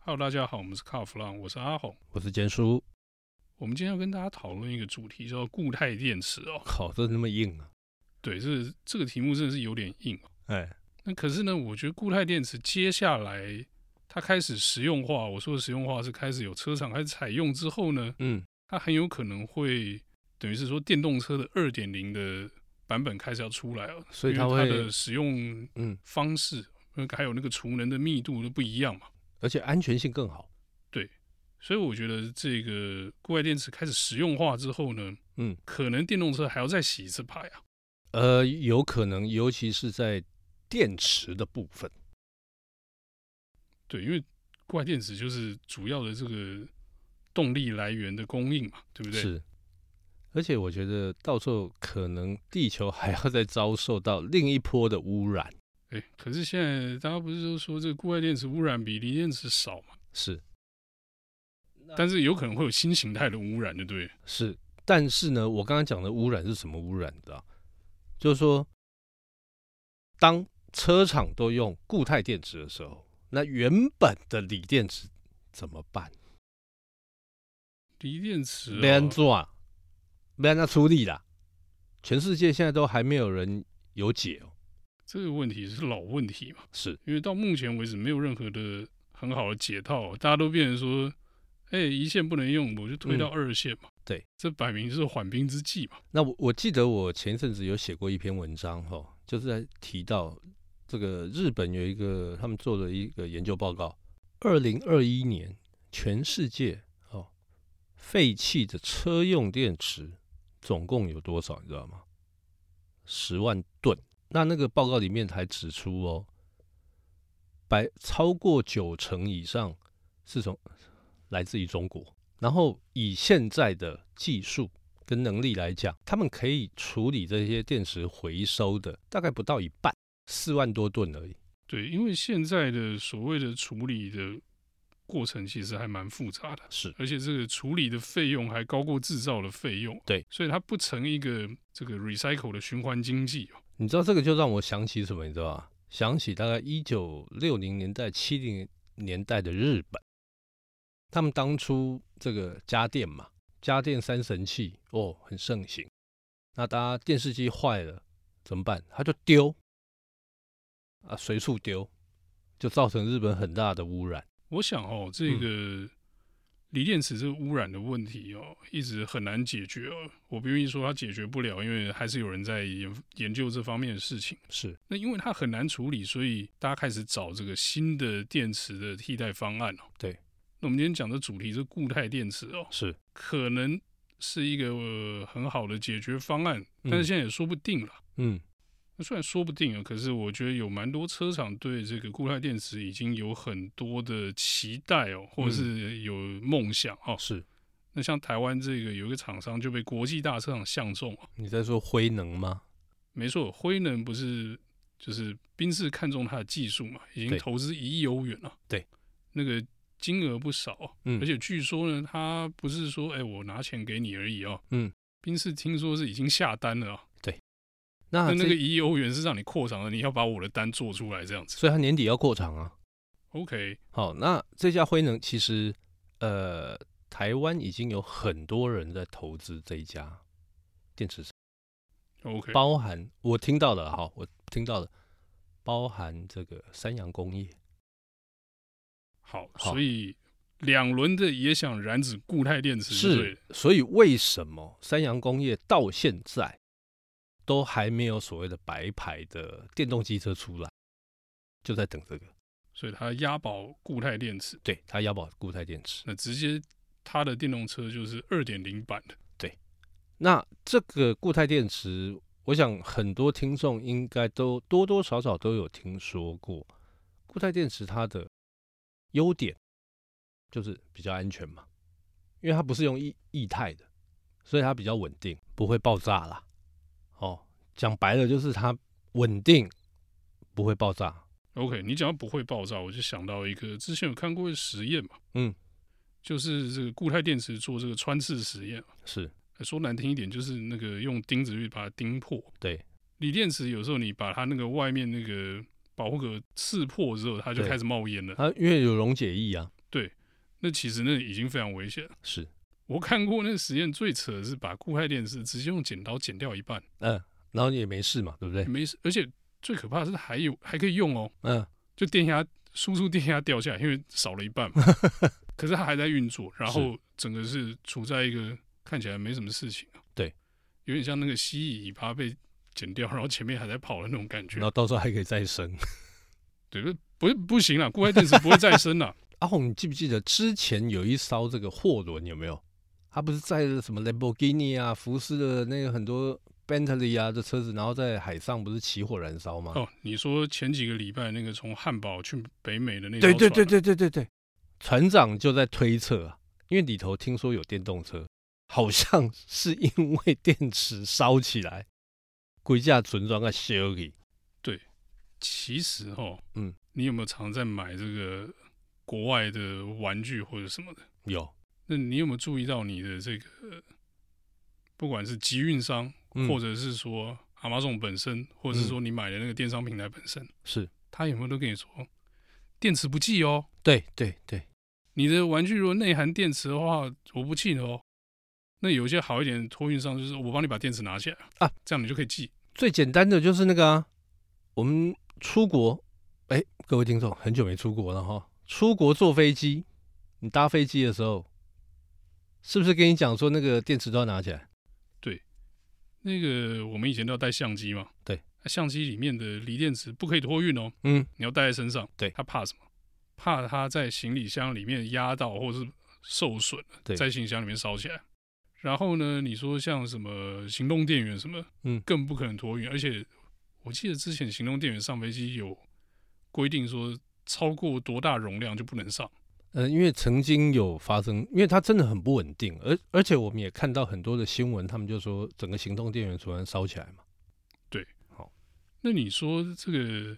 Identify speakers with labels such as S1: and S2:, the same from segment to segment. S1: Hello，大家好，我们是卡弗朗，我是阿红。
S2: 我是坚叔。
S1: 我们今天要跟大家讨论一个主题，叫固态电池哦。
S2: 靠，这那么硬啊！
S1: 对，这这个题目真的是有点硬哦。
S2: 哎，
S1: 那可是呢，我觉得固态电池接下来它开始实用化，我说的实用化是开始有车厂开始采用之后呢，
S2: 嗯，
S1: 它很有可能会等于是说电动车的二点零的版本开始要出来哦，
S2: 所以
S1: 因为
S2: 它
S1: 它
S2: 会，
S1: 的使用
S2: 嗯，
S1: 方式呃还有那个储能的密度都不一样嘛。
S2: 而且安全性更好。
S1: 所以我觉得这个固态电池开始实用化之后呢，
S2: 嗯，
S1: 可能电动车还要再洗一次牌啊。
S2: 呃，有可能，尤其是在电池的部分。
S1: 对，因为固态电池就是主要的这个动力来源的供应嘛，对不对？
S2: 是，而且我觉得到时候可能地球还要再遭受到另一波的污染。
S1: 哎，可是现在大家不是都说这个固态电池污染比锂电池少嘛？
S2: 是嗯
S1: 但是有可能会有新形态的污染，对不对？
S2: 是，但是呢，我刚刚讲的污染是什么污染？你知道？就是说，当车厂都用固态电池的时候，那原本的锂电池怎么办？
S1: 锂电池、
S2: 没人
S1: 哦，
S2: 做啊，没人处理啦。全世界现在都还没有人有解哦。
S1: 这个问题是老问题嘛，
S2: 是，
S1: 因为到目前为止没有任何的很好的解套，大家都变成说，哎，一线不能用，我就推到
S2: 嗯
S1: 二线嘛。
S2: 对，
S1: 这摆明就是缓兵之计嘛。
S2: 那我我记得我前一阵子有写过一篇文章哈、就是在提到这个日本有一个他们做了一个研究报告，二零二一年全世界哦废弃的车用电池总共有多少，你知道吗？十万吨。那那个报告里面还指出哦，百超过九成以上是从来自于中国，然后以现在的技术跟能力来讲，他们可以处理这些电池回收的大概不到一半，四万多吨而已。
S1: 对，因为现在的所谓的处理的过程其实还蛮复杂的，
S2: 是
S1: 而且这个处理的费用还高过制造的费用，
S2: 对，
S1: 所以它不成一个这个 recycle 的循环经济哦。
S2: 你知道这个就让我想起什么，你知道吗？想起大概一九六零年代、七零年代的日本，他们当初这个家电嘛，家电三神器哦很盛行。那大家电视机坏了怎么办？他就丢啊，随处丢，就造成日本很大的污染。
S1: 我想哦，这
S2: 嗯
S1: 个锂电池这个污染的问题哦，一直很难解决哦。我不愿意说它解决不了，因为还是有人在研研究这方面的事情。
S2: 是
S1: 那因为它很难处理，所以大家开始找这个新的电池的替代方案哦。
S2: 对，
S1: 那我们今天讲的主题是固态电池哦，
S2: 是，
S1: 可能是一个、呃很好的解决方案，
S2: 嗯
S1: 但是现在也说不定了。
S2: 嗯，
S1: 那虽然说不定啊，可是我觉得有蛮多车厂对这个固态电池已经有很多的期待
S2: 嗯
S1: 哦，或者是有梦想哦。
S2: 是。
S1: 那像台湾这个有一个厂商就被国际大车厂相中哦，
S2: 你在说辉能吗？
S1: 没错，辉能不是就是宾士看中它的技术嘛，已经
S2: 对
S1: 投资一亿欧元了，
S2: 对，
S1: 那个金额不少哦，
S2: 嗯
S1: 而且据说呢，他不是说哎我拿钱给你而已哦，
S2: 嗯，
S1: 宾士听说是已经下单了、哦，
S2: 那
S1: 那那
S2: 啊这
S1: 个一亿欧元是让你扩厂的，你要把我的单做出来这样子
S2: 所以它年底要扩厂啊。
S1: ，OK，
S2: 好，那这家辉能其实，呃，台湾已经有很多人在投资这一家电池厂，
S1: OK，
S2: 包含我听到的哈，我听到的，包含这个三洋工业，
S1: 好，
S2: 好
S1: 所以两轮的也想染指固态电池就对了
S2: 是，所以为什么三洋工业到现在都还没有所谓的白牌的电动机车出来，就在等这个，
S1: 所以它押宝固态电池，
S2: 对，它要保固态电池。
S1: 那直接它的电动车就是二点零版的。
S2: 那这个固态电池，我想很多听众应该都多多少少都有听说过。固态电池它的优点就是比较安全嘛，因为它不是用液液态的，所以它比较稳定，不会爆炸啦。哦，讲白了就是它稳定，不会爆炸。
S1: OK，你讲到不会爆炸，我就想到一个之前有看过的实验嘛，
S2: 嗯，
S1: 就是这个固态电池做这个穿刺实验，
S2: 是
S1: 呃说难听一点，就是那个用钉子去把它钉破。
S2: 对，
S1: 锂电池有时候你把它那个外面那个保护壳刺破之后，它就
S2: 对
S1: 开始冒烟了。
S2: 它因为有溶解液啊，
S1: 对，那其实那已经非常危险了。
S2: 是，
S1: 我看过那个实验最扯的是把固态电池直接用剪刀剪掉一半，
S2: 嗯、然后你也没事嘛，对不对？
S1: 没事，而且最可怕的是还有还可以用哦，
S2: 嗯、
S1: 就电压输出电压掉下来，因为少了一半 嘛，可是它还在运作，然后整个是处在一个看起来没什么事情啊，
S2: 对，
S1: 有点像那个蜥蜴尾巴被剪掉，然后前面还在跑的那种感觉
S2: 然，后到时候还可以再生。
S1: 对，不不是不行啦，固态电池不会再生 啦，
S2: 阿啊红，你记不记得之前有一艘这个货轮有没有？它不是载了什么 Lamborghini 啊、福斯的那个很多 Bentley 啊这车子，然后在海上不是起火燃烧吗？
S1: 哦，你说前几个礼拜那个从汉堡去北美的那
S2: 对
S1: 艘
S2: 对
S1: 船啊
S2: 对对对对对，船长就在推测啊，因为里头听说有电动车，好像是因为电池烧起来，鬼架存装个 s h e y
S1: 其实哦，
S2: 嗯，
S1: 你有没有常在买这个国外的玩具或者什么的？
S2: 有，
S1: 那你有没有注意到你的这个，不管是集运商，
S2: 嗯，
S1: 或者是说 Amazon 本身，或者是说你买的那个电商平台本身，
S2: 是
S1: 他有没有都跟你说电池不寄哦？
S2: 对对对，
S1: 你的玩具如果内含电池的话，我不寄的哦。那有一些好一点的托运商就是我帮你把电池拿起来
S2: 啊，
S1: 这样你就可以寄。
S2: 最简单的就是那个啊，我们出国，哎，各位听众很久没出国了哈，出国坐飞机，你搭飞机的时候，是不是跟你讲说那个电池都要拿起来？
S1: 那个我们以前都要带相机嘛，啊
S2: 对，
S1: 相机里面的锂电池不可以托运哦，
S2: 嗯，
S1: 你要带在身上。
S2: 对
S1: 他怕什么？怕它在行李箱里面压到或是受损了
S2: 对
S1: 在行李箱里面烧起来。然后呢，你说像什么行动电源什么，
S2: 嗯
S1: 更不可能托运。而且我记得之前行动电源上飞机有规定说，超过多大容量就不能上。
S2: 呃，因为曾经有发生，因为它真的很不稳定，而而且我们也看到很多的新闻，他们就说整个行动电源突然烧起来嘛，
S1: 那你说这个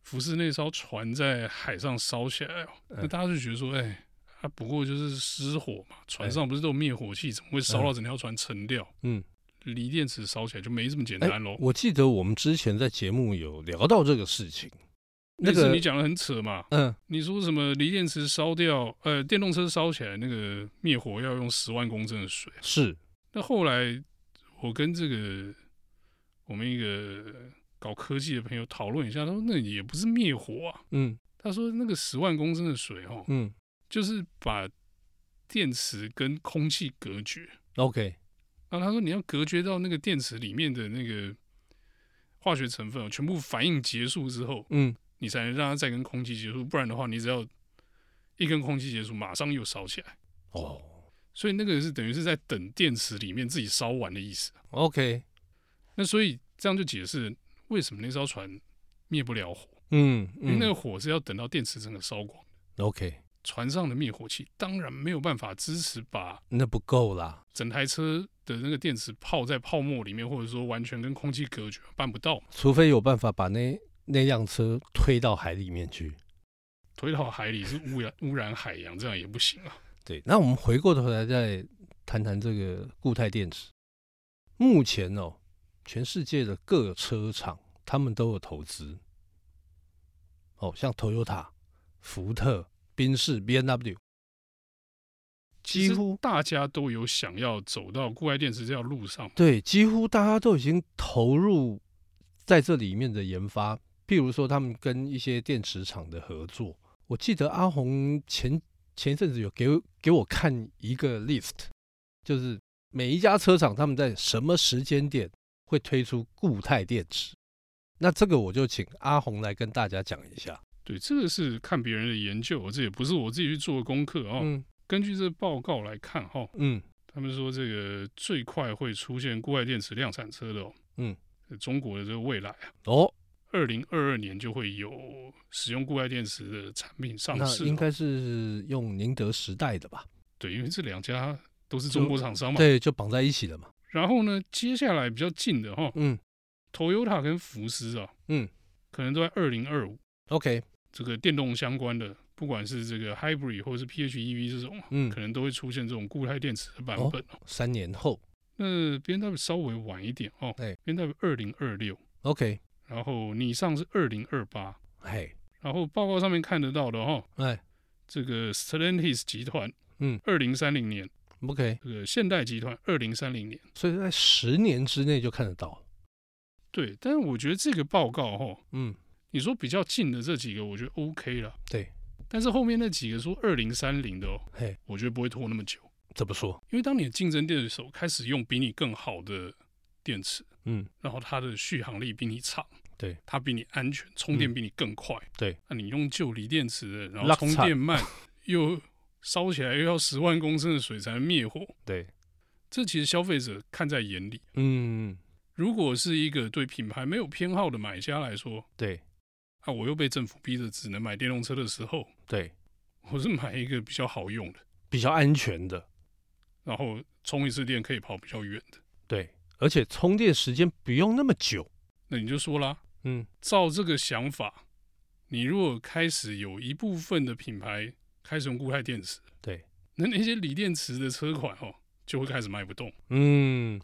S1: 福斯那艘船在海上烧起来哦，那
S2: 嗯
S1: 大家就觉得说，哎，啊，不过就是失火嘛，船
S2: 哎
S1: 上不是都有灭火器，怎么会烧到整条船沉掉？
S2: 嗯，
S1: 锂电池烧起来就没这么简
S2: 哎
S1: 单喽。
S2: 我记得我们之前在节目有聊到这个事情，那
S1: 次
S2: 个
S1: 你，讲的很扯嘛，
S2: 嗯，
S1: 你说什么锂电池烧掉，呃，电动车烧起来那个灭火要用十万公升的水。啊
S2: 是，
S1: 那后来我跟这个我们一个搞科技的朋友讨论一下，他说那也不是灭火啊，
S2: 嗯
S1: 他说那个十万公升的水哦，
S2: 嗯
S1: 就是把电池跟空气隔绝。
S2: ，OK，
S1: 然后他说你要隔绝到那个电池里面的那个化学成分、哦、全部反应结束之后，
S2: 嗯，
S1: 你才能让它再跟空气接触，不然的话，你只要一跟空气接触，马上又烧起来。
S2: 哦
S1: 所以那个是等于是在等电池里面自己烧完的意思。
S2: ，OK，
S1: 那所以这样就解释为什么那艘船灭不了火，
S2: 嗯
S1: 因为那
S2: 嗯
S1: 个火是要等到电池整个烧光。
S2: ，OK，
S1: 船上的灭火器当然没有办法支持把
S2: 那不够啦，
S1: 整台车的那个电池泡在泡沫里面，或者说完全跟空气隔绝，办不到，
S2: 除非有办法把那那辆车推到海里面去。
S1: 推到海里是污染污染海洋，这样也不行 啊。
S2: 对，那我们回过头来再谈谈这个固态电池。目前哦，全世界的各车厂他们都有投资，哦，像 Toyota、福特、宾士、B N W，
S1: 其实
S2: 几乎
S1: 大家都有想要走到固态电池这条路上，
S2: 对，几乎大家都已经投入在这里面的研发，譬如说他们跟一些电池厂的合作。我记得阿红前前一阵子有给我给我看一个 list，就是每一家车厂他们在什么时间点会推出固态电池。那这个我就请阿红来跟大家讲一下。
S1: 对，这个是看别人的研究，这也不是我自己去做的功课哦。
S2: 嗯
S1: 根据这报告来看哦，
S2: 嗯
S1: 他们说这个最快会出现固态电池量产车的哦，
S2: 嗯，
S1: 中国的这个未来啊，
S2: 哦，
S1: 二零二二年就会有使用固态电池的产品上
S2: 那
S1: 市、哦，
S2: 应该是用宁德时代的吧？
S1: 对，因为这两家都是中国厂商嘛。
S2: 对，就绑在一起了嘛。
S1: 然后呢，接下来比较近的哈
S2: 嗯
S1: ，Toyota 跟福斯啊，
S2: 嗯，
S1: 可能都在二零二五
S2: ，OK，
S1: 这个电动相关的，不管是这个 Hybrid 或是 PHEV 这种，
S2: 嗯
S1: 可，能都会出现这种固态电池的版本哦。
S2: 三年后
S1: 那 B N W 稍微晚一点哦，
S2: 对
S1: ，B N W 二零二六，
S2: ，OK，
S1: 然后你上是二零二八，
S2: 嘿，
S1: 然后报告上面看得到的哈、哦，
S2: 哎，
S1: 这个 Stellantis 集团，
S2: 嗯，
S1: 二零三零年，
S2: ，OK，
S1: 这个现代集团二零三零年，
S2: 所以在十年之内就看得到，
S1: 对。但是我觉得这个报告哈，
S2: 嗯，
S1: 你说比较近的这几个，我觉得 OK 了。
S2: 对。
S1: 但是后面那几个说二零三零的哦，
S2: 嘿，
S1: 我觉得不会拖那么久，
S2: 怎么说？
S1: 因为当你的竞争对手开始用比你更好的电池，
S2: 嗯，
S1: 然后它的续航力比你长，
S2: 对，
S1: 它比你安全，充电
S2: 嗯
S1: 比你更快，
S2: 对。
S1: 那你用旧锂电池的，然后
S2: 拉
S1: 充
S2: 惨
S1: 电慢，又烧起来又要十万公升的水才能灭火，
S2: 对，
S1: 这其实消费者看在眼里。
S2: 嗯，
S1: 如果是一个对品牌没有偏好的买家来说，
S2: 对
S1: 啊，我又被政府逼着只能买电动车的时候，
S2: 对，
S1: 我是买一个比较好用的，
S2: 比较安全的，
S1: 然后充一次电可以跑比较远的。
S2: 对，而且充电时间不用那么久，
S1: 那你就说啦，
S2: 嗯，
S1: 照这个想法，你如果开始有一部分的品牌开始用固态电池，
S2: 对，
S1: 那那些锂电池的车款哦，就会开始卖不动。
S2: 嗯，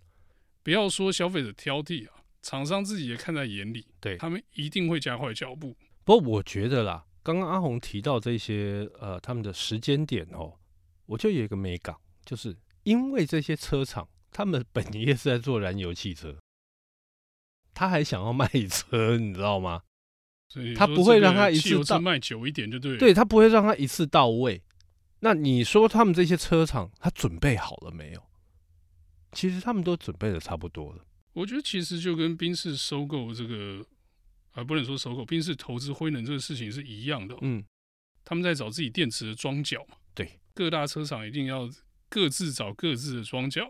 S1: 不要说消费者挑剔啊，厂商自己也看在眼里，
S2: 对
S1: 他们一定会加快脚步。
S2: 不过我觉得啦，刚刚阿红提到这些呃他们的时间点哦，我就有一个美感，就是因为这些车厂他们本业是在做燃油汽车，他还想要卖车，你知道吗？
S1: 所以
S2: 他
S1: 说
S2: 不
S1: 这
S2: 会
S1: 个
S2: 让他一
S1: 汽
S2: 次
S1: 油车
S2: 到
S1: 卖久一点就对了。
S2: 对他不会让他一次到位。那你说他们这些车厂，他准备好了没有？其实他们都准备的差不多了。
S1: 我觉得其实就跟宾士收购这个，啊、不能说收购，宾士投资辉能这个事情是一样的哦、
S2: 嗯，
S1: 他们在找自己电池的装脚嘛。
S2: 对，
S1: 各大车厂一定要各自找各自的装脚，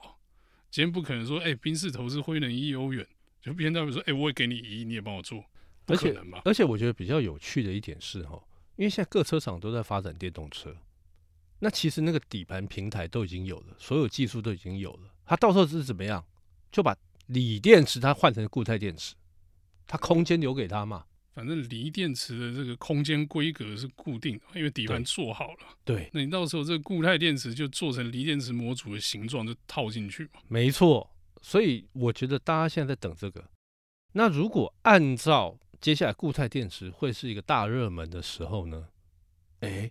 S1: 今天不可能说，哎、宾士投资辉能一欧元，就 B N W 说，哎、我也给你一亿，你也帮我做，不
S2: 而
S1: 可
S2: 且
S1: 能吧？
S2: 而且我觉得比较有趣的一点是哈，因为现在各车厂都在发展电动车，那其实那个底盘平台都已经有了，所有技术都已经有了，它到时候是怎么样，就把锂电池它换成固态电池，它空间留给它嘛。
S1: 反正锂电池的这个空间规格是固定的，因为底盘
S2: 对
S1: 做好了，
S2: 对，
S1: 那你到时候这个固态电池就做成锂电池模组的形状，就套进去嘛。
S2: 没错，所以我觉得大家现在在等这个。那如果按照接下来固态电池会是一个大热门的时候呢？诶，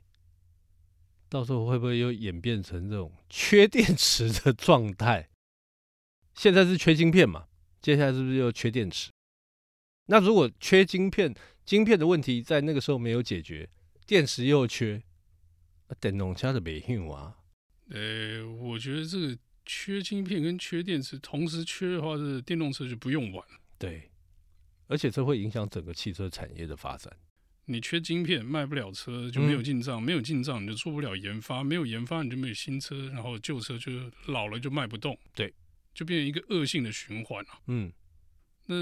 S2: 到时候会不会又演变成这种 缺电池的状态？现在是缺晶片嘛，接下来是不是又缺电池？那如果缺晶片，晶片的问题在那个时候没有解决，电池又缺，啊电动车就没用啊。
S1: 呃，我觉得这个缺晶片跟缺电池同时缺的话，这个电动车就不用玩了。
S2: 对，而且这会影响整个汽车产业的发展。
S1: 你缺晶片卖不了车，就没有
S2: 嗯
S1: 进账；没有进账，你就做不了研发；没有研发，你就没有新车，然后旧车就老了就卖不动。
S2: 对，
S1: 就变成一个恶性的循环啊。
S2: 嗯，
S1: 那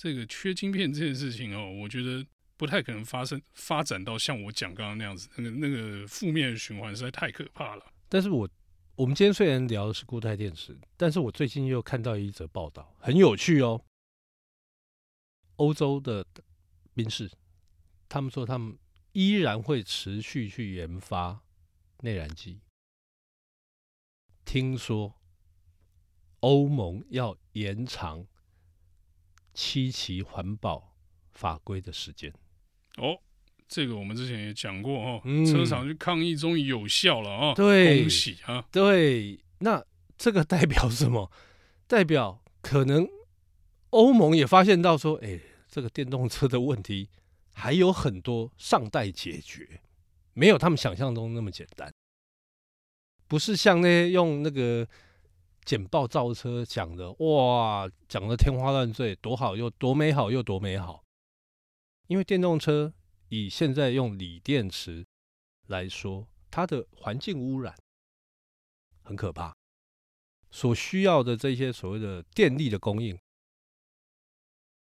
S1: 这个缺晶片这件事情哦，我觉得不太可能发生发展到像我讲刚刚那样子，那个那个负面的循环实在太可怕了。
S2: 但是我我们今天虽然聊的是固态电池，但是我最近又看到一则报道，很有趣哦。欧洲的宾士，他们说他们依然会持续去研发内燃机。听说欧盟要延长七期环保法规的时间。
S1: 哦，这个我们之前也讲过哦，
S2: 嗯
S1: 车厂去抗议终于有效了哦，
S2: 对
S1: 恭喜啊！
S2: 对，那这个代表什么？代表可能欧盟也发现到说，哎，这个电动车的问题还有很多尚待解决，没有他们想象中那么简单。不是像那些用那个简报造车讲的，哇，讲的天花乱坠，多好又多美好又多美好。因为电动车以现在用锂电池来说，它的环境污染。很可怕。所需要的这些所谓的电力的供应，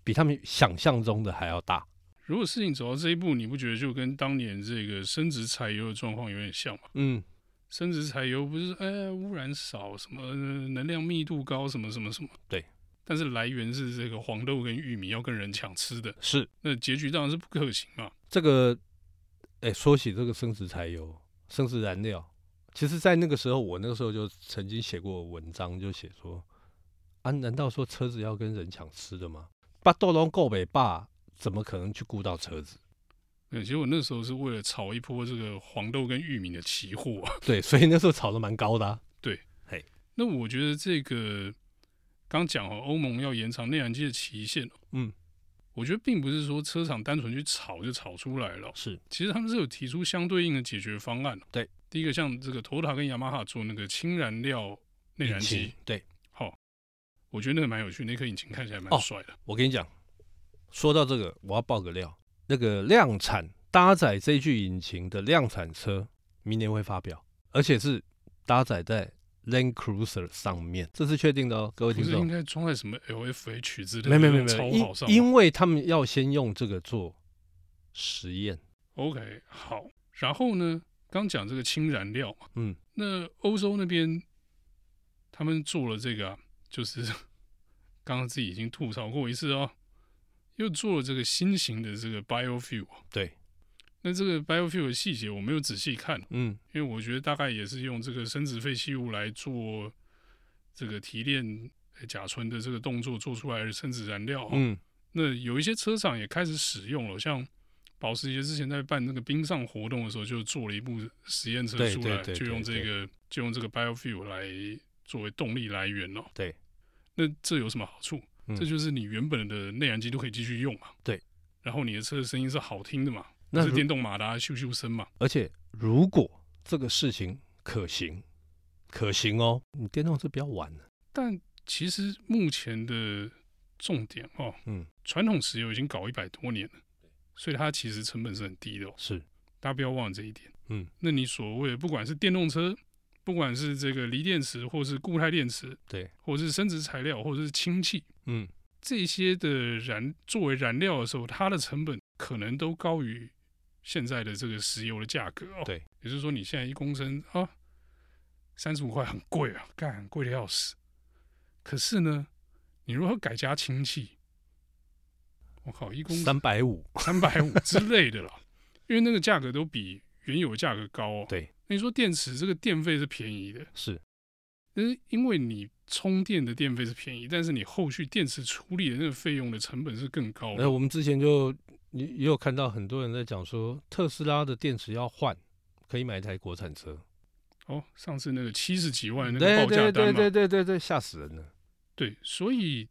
S2: 比他们想象中的还要大。
S1: 如果事情走到这一步，你不觉得就跟当年这个生殖柴油的状况有点像吗？
S2: 嗯，
S1: 生殖柴油不是哎污染少，什么呃能量密度高，什么什么什么？
S2: 对。
S1: 但是来源是这个黄豆跟玉米要跟人抢吃的，
S2: 是
S1: 那结局当然是不可行嘛。
S2: 这个。哎，说起这个生殖柴油、生殖燃料，其实，在那个时候，我那个时候就曾经写过文章，就写说啊，难道说车子要跟人抢吃的吗？把豆龙够北霸，怎么可能去顾到车子？
S1: 对，其实我那时候是为了炒一波这个黄豆跟玉米的期货、啊。
S2: 对，所以那时候炒的蛮高的、啊。
S1: 那我觉得这个刚讲哦，欧盟要延长内燃机的期限，哦
S2: 嗯，
S1: 我觉得并不是说车厂单纯去炒就炒出来了，哦
S2: 是，
S1: 其实他们是有提出相对应的解决方案。哦
S2: 对，
S1: 第一个像这个 Toyota 跟雅马哈做那个氢燃料内燃
S2: 引
S1: 机
S2: 擎，对，
S1: 我觉得那个蛮有趣，那颗引擎看起来蛮
S2: 哦
S1: 帅的。
S2: 我跟你讲，说到这个，我要爆个料，那个量产搭载这具引擎的量产车，明年会发表，而且是搭载在 Land Cruiser 上面，这是确定的哦，各位
S1: 不
S2: 听
S1: 是应
S2: 众。
S1: 该装在什么 LFH 之类的
S2: 没没没
S1: 那种
S2: 没，
S1: 超好
S2: 因
S1: 上吗
S2: 因为他们要先用这个做实验，
S1: OK 好，然后呢，刚讲这个氢燃料嘛，
S2: 嗯，
S1: 那欧洲那边他们做了这个、啊，就是 刚刚自己已经吐槽过一次哦，又做了这个新型的这个 biofuel 啊。
S2: 对，
S1: 那这个 biofuel 的细节我没有仔细看，
S2: 嗯，
S1: 因为我觉得大概也是用这个生殖废弃物来做这个提炼呃甲醇的这个动作做出来的生殖燃料、哦。
S2: 嗯，
S1: 那有一些车厂也开始使用了，像保时捷之前在办那个冰上活动的时候，就做了一部实验车
S2: 对
S1: 出来，
S2: 对对
S1: 就用
S2: 对
S1: 这
S2: 对
S1: 个就用这个 biofuel 来作为动力来源哦。
S2: 对，
S1: 那这有什么好处？
S2: 嗯
S1: 这就是你原本的内燃机都可以继续用嘛。
S2: 对，
S1: 然后你的车的声音是好听的嘛，
S2: 那
S1: 是
S2: 如
S1: 电动马达咻咻声嘛。
S2: 而且如果这个事情可行，可行哦，你电动车不要玩了，
S1: 但其实目前的重点哦，
S2: 嗯，
S1: 传统石油已经搞一百多年了，所以它其实成本是很低的哦。
S2: 是，
S1: 大家不要忘了这一点。
S2: 嗯，
S1: 那你所谓的不管是电动车，不管是这个锂电池，或是固态电池，
S2: 对，
S1: 或是生殖材料，或者是氢气，
S2: 嗯，
S1: 这些的燃作为燃料的时候，它的成本可能都高于现在的这个石油的价格哦。
S2: 对，
S1: 也就是说，你现在一公升啊，三十五块很贵啊，干很贵的要死。可是呢，你如果改加氢气，我靠，一公升
S2: 三百五，
S1: 三百五之类的啦，因为那个价格都比原有的价格高哦。
S2: 对，
S1: 那你说电池这个电费是便宜的，
S2: 是，
S1: 但是因为你充电的电费是便宜，但是你后续电池处理的那个费用的成本是更高
S2: 那
S1: 的。
S2: 我们之前就也也有看到很多人在讲说，特斯拉的电池要换，可以买一台国产车。
S1: 哦，上次那个七十几万的那个
S2: 对
S1: 报价单
S2: 对对
S1: 嘛，
S2: 对对对对，吓死人了。
S1: 对，所以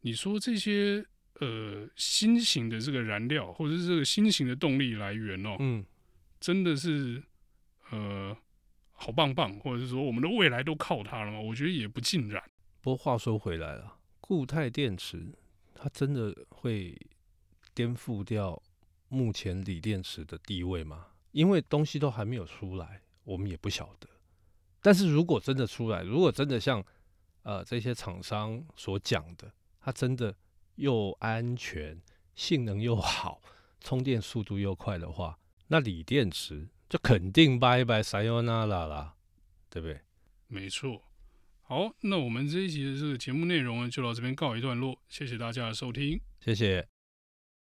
S1: 你说这些呃新型的这个燃料或者是这个新型的动力来源哦，
S2: 嗯，
S1: 真的是呃好棒棒，或者是说我们的未来都靠它了吗？我觉得也不尽然。
S2: 不过话说回来了，固态电池它真的会颠覆掉目前锂电池的地位吗？因为东西都还没有出来，我们也不晓得。但是如果真的出来，如果真的像呃这些厂商所讲的，它真的又安全、性能又好、充电速度又快的话，那锂电池就肯定拜拜 sayonara 啦，对不对？
S1: 没错。好，那我们这一集的这个节目内容呢，就到这边告一段落，谢谢大家的收听。
S2: 谢谢。